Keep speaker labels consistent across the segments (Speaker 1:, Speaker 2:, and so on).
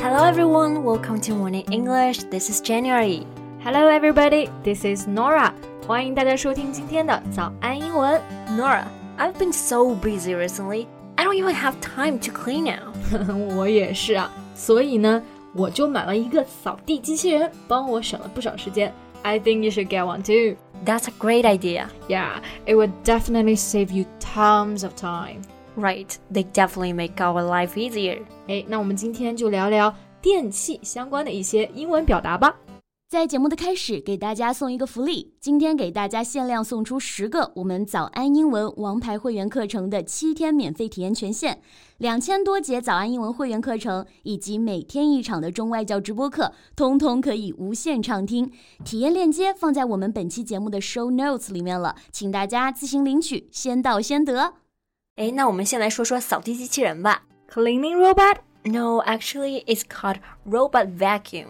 Speaker 1: Hello everyone, welcome to Morning English. This is January.
Speaker 2: Hello, everybody. This is Nora. 欢迎大家收听今天的早 安英文。
Speaker 1: Nora, I've been so busy recently. I don't even have time to clean now.
Speaker 2: 我也是啊，所以呢，我就买了一个扫地机器人，帮我省了不少时间。I think you should get one too.
Speaker 1: That's a great idea.
Speaker 2: Yeah, it would definitely save you tons of time.
Speaker 1: Right, they definitely make our life easier.
Speaker 2: 哎，那我们今天就聊聊电器相关的一些英文表达吧。
Speaker 3: 在节目的开始，给大家送一个福利。今天给大家限量送出十个我们早安英文王牌会员课程的七天免费体验权限，两千多节早安英文会员课程以及每天一场的中外教直播课，通通可以无限畅听。体验链接放在我们本期节目的 show notes 里面了，请大家自行领取，先到先得。
Speaker 1: 哎，那我们先来说说扫地机器人吧。
Speaker 2: Cleaning robot
Speaker 1: No, actually, it's called robot vacuum.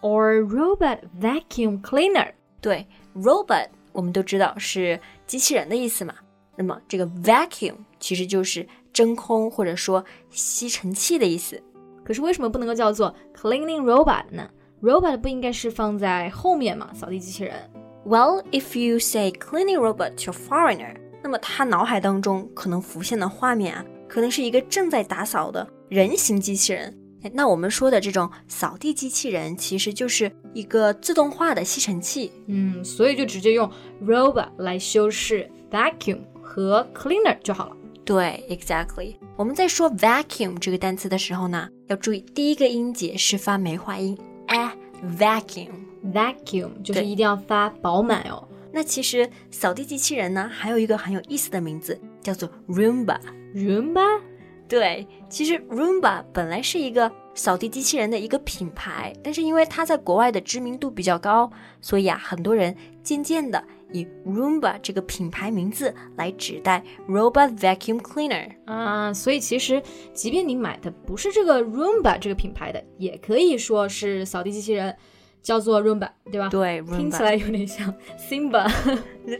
Speaker 2: or robot vacuum cleaner?
Speaker 1: 对，robot 我们都知道是机器人的意思嘛。那么这个 vacuum 其实就是真空或者说吸尘器的意思。
Speaker 2: 可是为什么不能够叫做 cleaning robot 呢？robot 不应该是放在后面吗？扫地机器人
Speaker 1: Well, if you say cleaning robot to a foreigner，那么他脑海当中可能浮现的画面啊，可能是一个正在打扫的人形机器人。哎那我们说的这种扫地机器人，其实就是一个自动化的吸尘器。
Speaker 2: 嗯，所以就直接用 robot 来修饰 vacuum 和 cleaner 就好了。
Speaker 1: 对，exactly。我们在说 vacuum 这个单词的时候呢，要注意第一个音节是发梅花音 a vacuum。
Speaker 2: vacuum 就是
Speaker 1: 对
Speaker 2: 一定要发饱满哦。
Speaker 1: 那其实扫地机器人呢，还有一个很有意思的名字，叫做 Roomba。
Speaker 2: Roomba
Speaker 1: 对，其实 Roomba 本来是一个扫地机器人的一个品牌，但是因为它在国外的知名度比较高，所以啊，很多人渐渐的以 Roomba 这个品牌名字来指代 Robot Vacuum Cleaner。
Speaker 2: 啊，所以其实即便你买的不是这个 Roomba 这个品牌的，也可以说是扫地机器人，叫做 Roomba，对吧？，
Speaker 1: 对
Speaker 2: 听起
Speaker 1: ，Roomba
Speaker 2: 来有点像 Simba。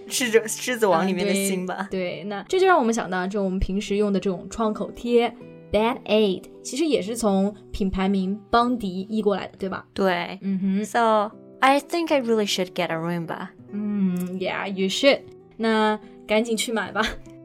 Speaker 1: 狮子狮子王里面的
Speaker 2: 嗯对
Speaker 1: 辛巴。
Speaker 2: 对，那这就让我们想到，就我们平时用的这种创口贴 Band Aid，其实也是从品牌名邦迪译过来的，对吧？
Speaker 1: 对
Speaker 2: 嗯哼，
Speaker 1: ，So I think I really should get a Roomba.
Speaker 2: 嗯，Yeah，you should。那赶紧去买吧。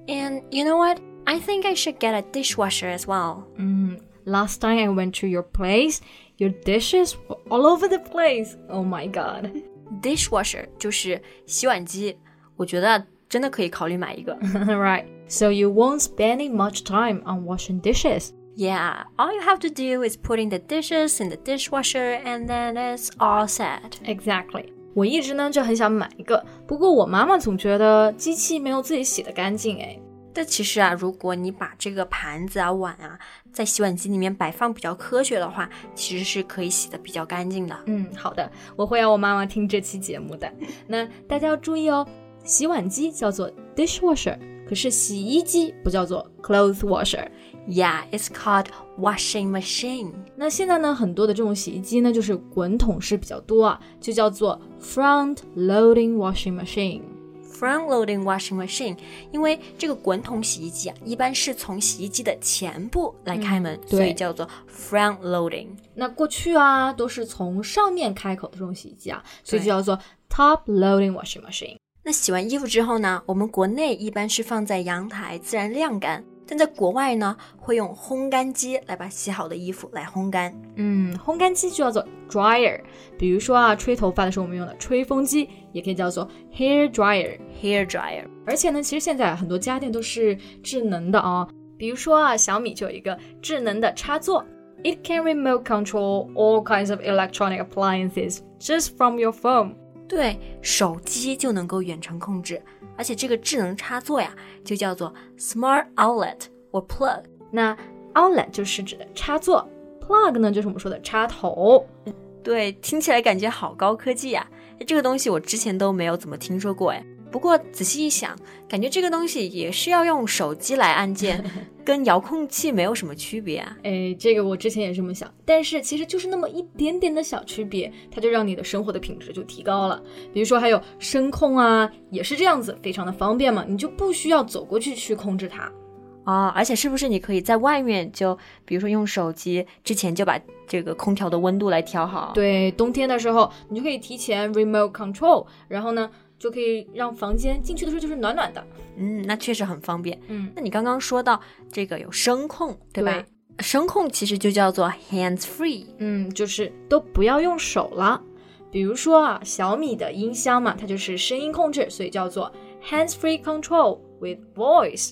Speaker 1: And you know what? I think I should get a dishwasher as well.
Speaker 2: 嗯，Last time I went to your place, your dishes were all over the place. Oh my god.
Speaker 1: Dishwasher 就是洗碗机，我觉得真的可以考虑买一个。
Speaker 2: right. So you won't spending much time on washing dishes.
Speaker 1: Yeah, all you have to do is put in the dishes in the dishwasher and then it's all set.
Speaker 2: Exactly，我一直呢就很想买一个，不过我妈妈总觉得机器没有自己洗的干净哎。
Speaker 1: 但其实啊，如果你把这个盘子啊、碗啊在洗碗机里面摆放比较科学的话，其实是可以洗的比较干净的。
Speaker 2: 嗯，好的，我会让我妈妈听这期节目的。那大家要注意哦，洗碗机叫做 dishwasher，可是洗衣机不叫做 clothes washer。
Speaker 1: Yeah, it's called washing machine.
Speaker 2: 那现在呢，很多的这种洗衣机呢，就是滚筒式比较多啊，就叫做 front loading washing machine。
Speaker 1: Front loading washing machine，因为这个滚筒洗衣机啊，一般是从洗衣机的前部来开门，
Speaker 2: 对
Speaker 1: 所以叫做 front loading。
Speaker 2: 那过去啊，都是从上面开口的这种洗衣机啊，所以
Speaker 1: 对
Speaker 2: 就叫做 top loading washing machine。
Speaker 1: 那洗完衣服之后呢，我们国内一般是放在阳台自然晾干，但在国外呢，会用烘干机来把洗好的衣服来烘干。
Speaker 2: 嗯，烘干机就叫做 dryer，比如说啊，吹头发的时候我们用的吹风机，也可以叫做 hair dryer。
Speaker 1: Hair dryer，
Speaker 2: 而且呢，其实现在很多家电都是智能的啊、比如说啊，小米就有一个智能的插座，it can remote control all kinds of electronic appliances just from your phone。
Speaker 1: 对手机就能够远程控制，而且这个智能插座呀，就叫做 smart outlet or plug。
Speaker 2: 那 outlet 就是指的插座，plug 呢就是我们说的插头。
Speaker 1: 对，听起来感觉好高科技呀、这个东西我之前都没有怎么听说过哎。不过仔细一想，感觉这个东西也是要用手机来按键， 跟遥控器没有什么区别啊。
Speaker 2: 哎，这个我之前也这么想，但是其实就是那么一点点的小区别，它就让你的生活的品质就提高了。比如说还有声控啊，也是这样子，非常的方便嘛，你就不需要走过去去控制它。
Speaker 1: 啊，而且是不是你可以在外面就，比如说用手机之前就把这个空调的温度来调好？，
Speaker 2: 对，冬天的时候你就可以提前 remote control，然后呢就可以让房间进去的时候就是暖暖的。
Speaker 1: 嗯，那确实很方便。
Speaker 2: 嗯，
Speaker 1: 那你刚刚说到这个有声控，对吧？
Speaker 2: 对
Speaker 1: 声控其实就叫做 hands free。
Speaker 2: 嗯，就是都不要用手了。比如说啊，小米的音箱嘛，它就是声音控制，所以叫做 hands-free control with voice。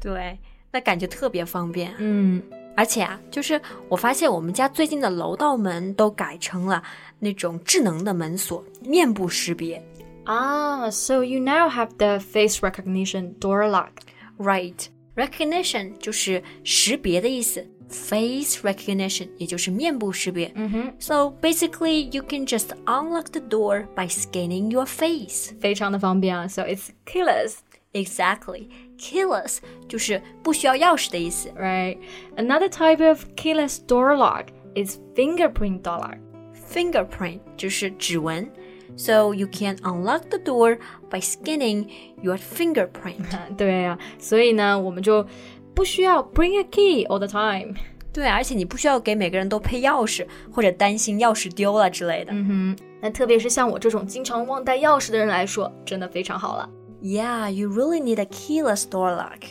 Speaker 1: 对，那感觉特别方便。
Speaker 2: 嗯，
Speaker 1: 而且啊，就是我发现我们家最近的楼道门都改成了那种智能的门锁，面部识别。
Speaker 2: Ah, so you now have the face recognition door lock.
Speaker 1: Right recognition 就是识别的意思，face recognition 也就是面部识别。
Speaker 2: 嗯哼，
Speaker 1: So basically, you can just unlock the door by scanning your face.
Speaker 2: 非常的方便啊。So it's keyless,
Speaker 1: Exactly, keyless 就是不需要钥匙的意思。
Speaker 2: right? Another type of keyless door lock is fingerprint door lock.
Speaker 1: Fingerprint 就是指纹。So you can unlock the door by scanning your fingerprint.
Speaker 2: 啊对啊，所以呢，我们就不需要 bring a key all the time。
Speaker 1: 对，而且你不需要给每个人都配钥匙，或者担心钥匙丢了之类的。
Speaker 2: 嗯哼，那特别是像我这种经常忘带钥匙的人来说，真的非常好了。
Speaker 1: Yeah, you really need a keyless door lock.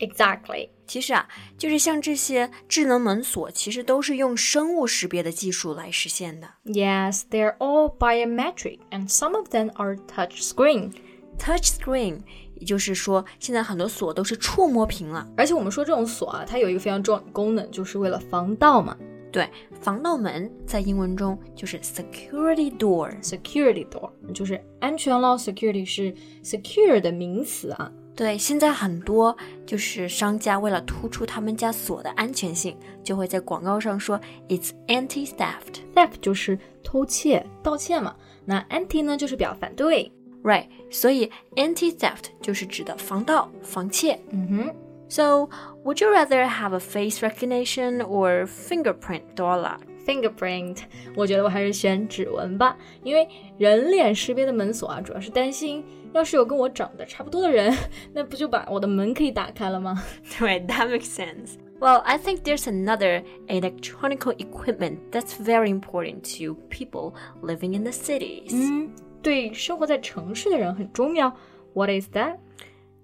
Speaker 2: Exactly.
Speaker 1: 其实啊，就是像这些智能门锁，其实都是用生物识别的技术来实现的。
Speaker 2: Yes, they're all biometric, and some of them are touch screen.
Speaker 1: Touch screen，也就是说，现在很多锁都是触摸屏了。
Speaker 2: 而且我们说这种锁啊，它有一个非常重要的功能，就是为了防盗嘛
Speaker 1: 对，防盗门在英文中就是 security door。
Speaker 2: ，security door 就是安全咯。security 是 secure 的名词啊。
Speaker 1: 对，现在很多就是商家为了突出他们家锁的安全性，就会在广告上说 it's anti theft。
Speaker 2: Theft 就是偷窃、盗窃嘛。那 anti 呢，就是表反对。
Speaker 1: Right，所以 anti theft 就是指的防盗、防窃。
Speaker 2: 嗯哼。
Speaker 1: So would you rather have a face recognition or fingerprint door lock?
Speaker 2: fingerprint，我觉得我还是选指纹吧，因为人脸识别的门锁啊，主要是担心要是有跟我长得差不多的人， 那不就把我的门可以打开了吗？
Speaker 1: Right, that makes sense. Well, I think there's another electronic equipment that's very important to people living in the cities.
Speaker 2: 嗯，对，生活在城市的人很重要。What is that？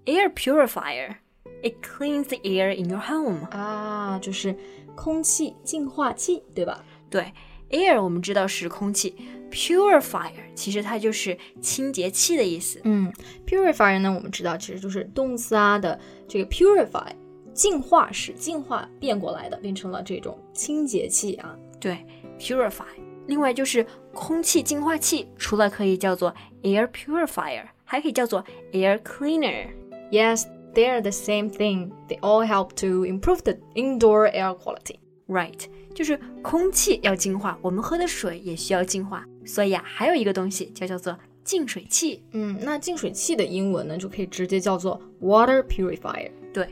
Speaker 1: Air purifier. It cleans the air in your home.
Speaker 2: 啊，就是空气净化器，对吧？
Speaker 1: 对，air 我们知道是空气，purifier 其实它就是清洁器的意思。
Speaker 2: 嗯，purifier 呢，我们知道其实就是动词啊的这个 purify，净化使净化变过来的，变成了这种清洁器啊。
Speaker 1: 对，purify。另外就是空气净化器，除了可以叫做 air purifier，还可以叫做 air cleaner。
Speaker 2: Yes, they are the same thing. They all help to improve the indoor air quality.
Speaker 1: Right，就是空气要净化，我们喝的水也需要净化，所以啊，还有一个东西就叫做净水器。
Speaker 2: 嗯，那净水器的英文呢，就可以直接叫做 water purifier。
Speaker 1: 对，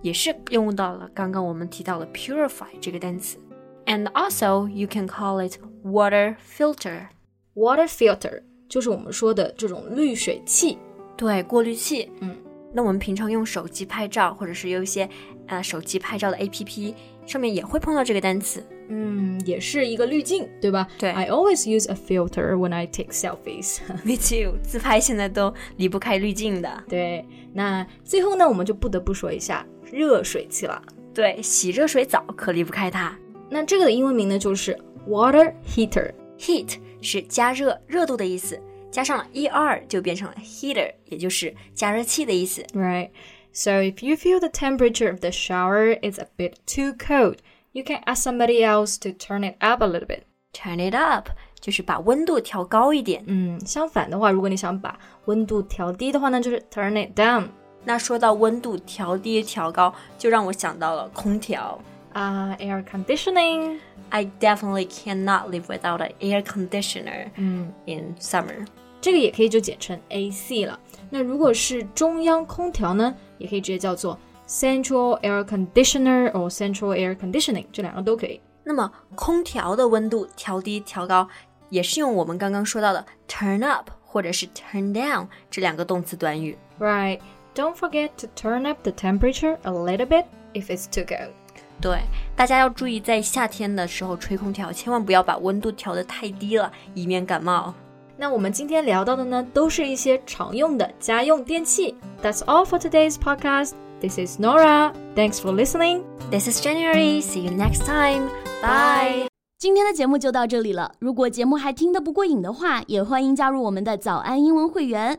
Speaker 1: 也是用到了刚刚我们提到的 purify 这个单词。And also you can call it water filter，
Speaker 2: Water filter 就是我们说的这种滤水器。
Speaker 1: 对，过滤器。
Speaker 2: 嗯，
Speaker 1: 那我们平常用手机拍照，或者是有一些呃手机拍照的 APP 上面也会碰到这个单词。
Speaker 2: 嗯，也是一个滤镜，对吧？
Speaker 1: 对
Speaker 2: I always use a filter when I take selfies。
Speaker 1: Me too，自拍现在都离不开滤镜的。
Speaker 2: 对，那最后呢，我们就不得不说一下热水器了。
Speaker 1: 对，洗热水澡可离不开它。
Speaker 2: 那这个的英文名呢，就是 water heater。
Speaker 1: Heat 是加热、热度的意思，加上了 er 就变成了 heater，也就是加热器的意思。
Speaker 2: Right. So if you feel the temperature of the shower is a bit too cold, you can ask somebody else to turn it up a little bit.
Speaker 1: Turn it up 就是把温度调高一点。
Speaker 2: 嗯，Mm. 相反的话，如果你想把温度调低的话呢，就是 turn it down.
Speaker 1: 那说到温度调低、调高，就让我想到了空调。
Speaker 2: 啊、a i r conditioning.
Speaker 1: I definitely cannot live without an air conditioner
Speaker 2: 嗯，
Speaker 1: in summer.
Speaker 2: 这个也可以就简称 AC 了。那如果是中央空调呢，也可以直接叫做 central air conditioner or central air conditioning，这两个都可以。
Speaker 1: 那么空调的温度调低、调高，也是用我们刚刚说到的 turn up 或者是 turn down 这两个动词短语。
Speaker 2: Right. Don't forget to turn up the temperature a little bit if it's too cold.
Speaker 1: 对，大家要注意，在夏天的时候吹空调，千万不要把温度调得太低了，以免感冒。
Speaker 2: 那我们今天聊到的呢，都是一些常用的家用电器。That's all for today's podcast. This is Nora. Thanks for listening.
Speaker 1: This is January. See you next time. Bye.
Speaker 3: 今天的节目就到这里了。如果节目还听得不过瘾的话，也欢迎加入我们的早安英文会员。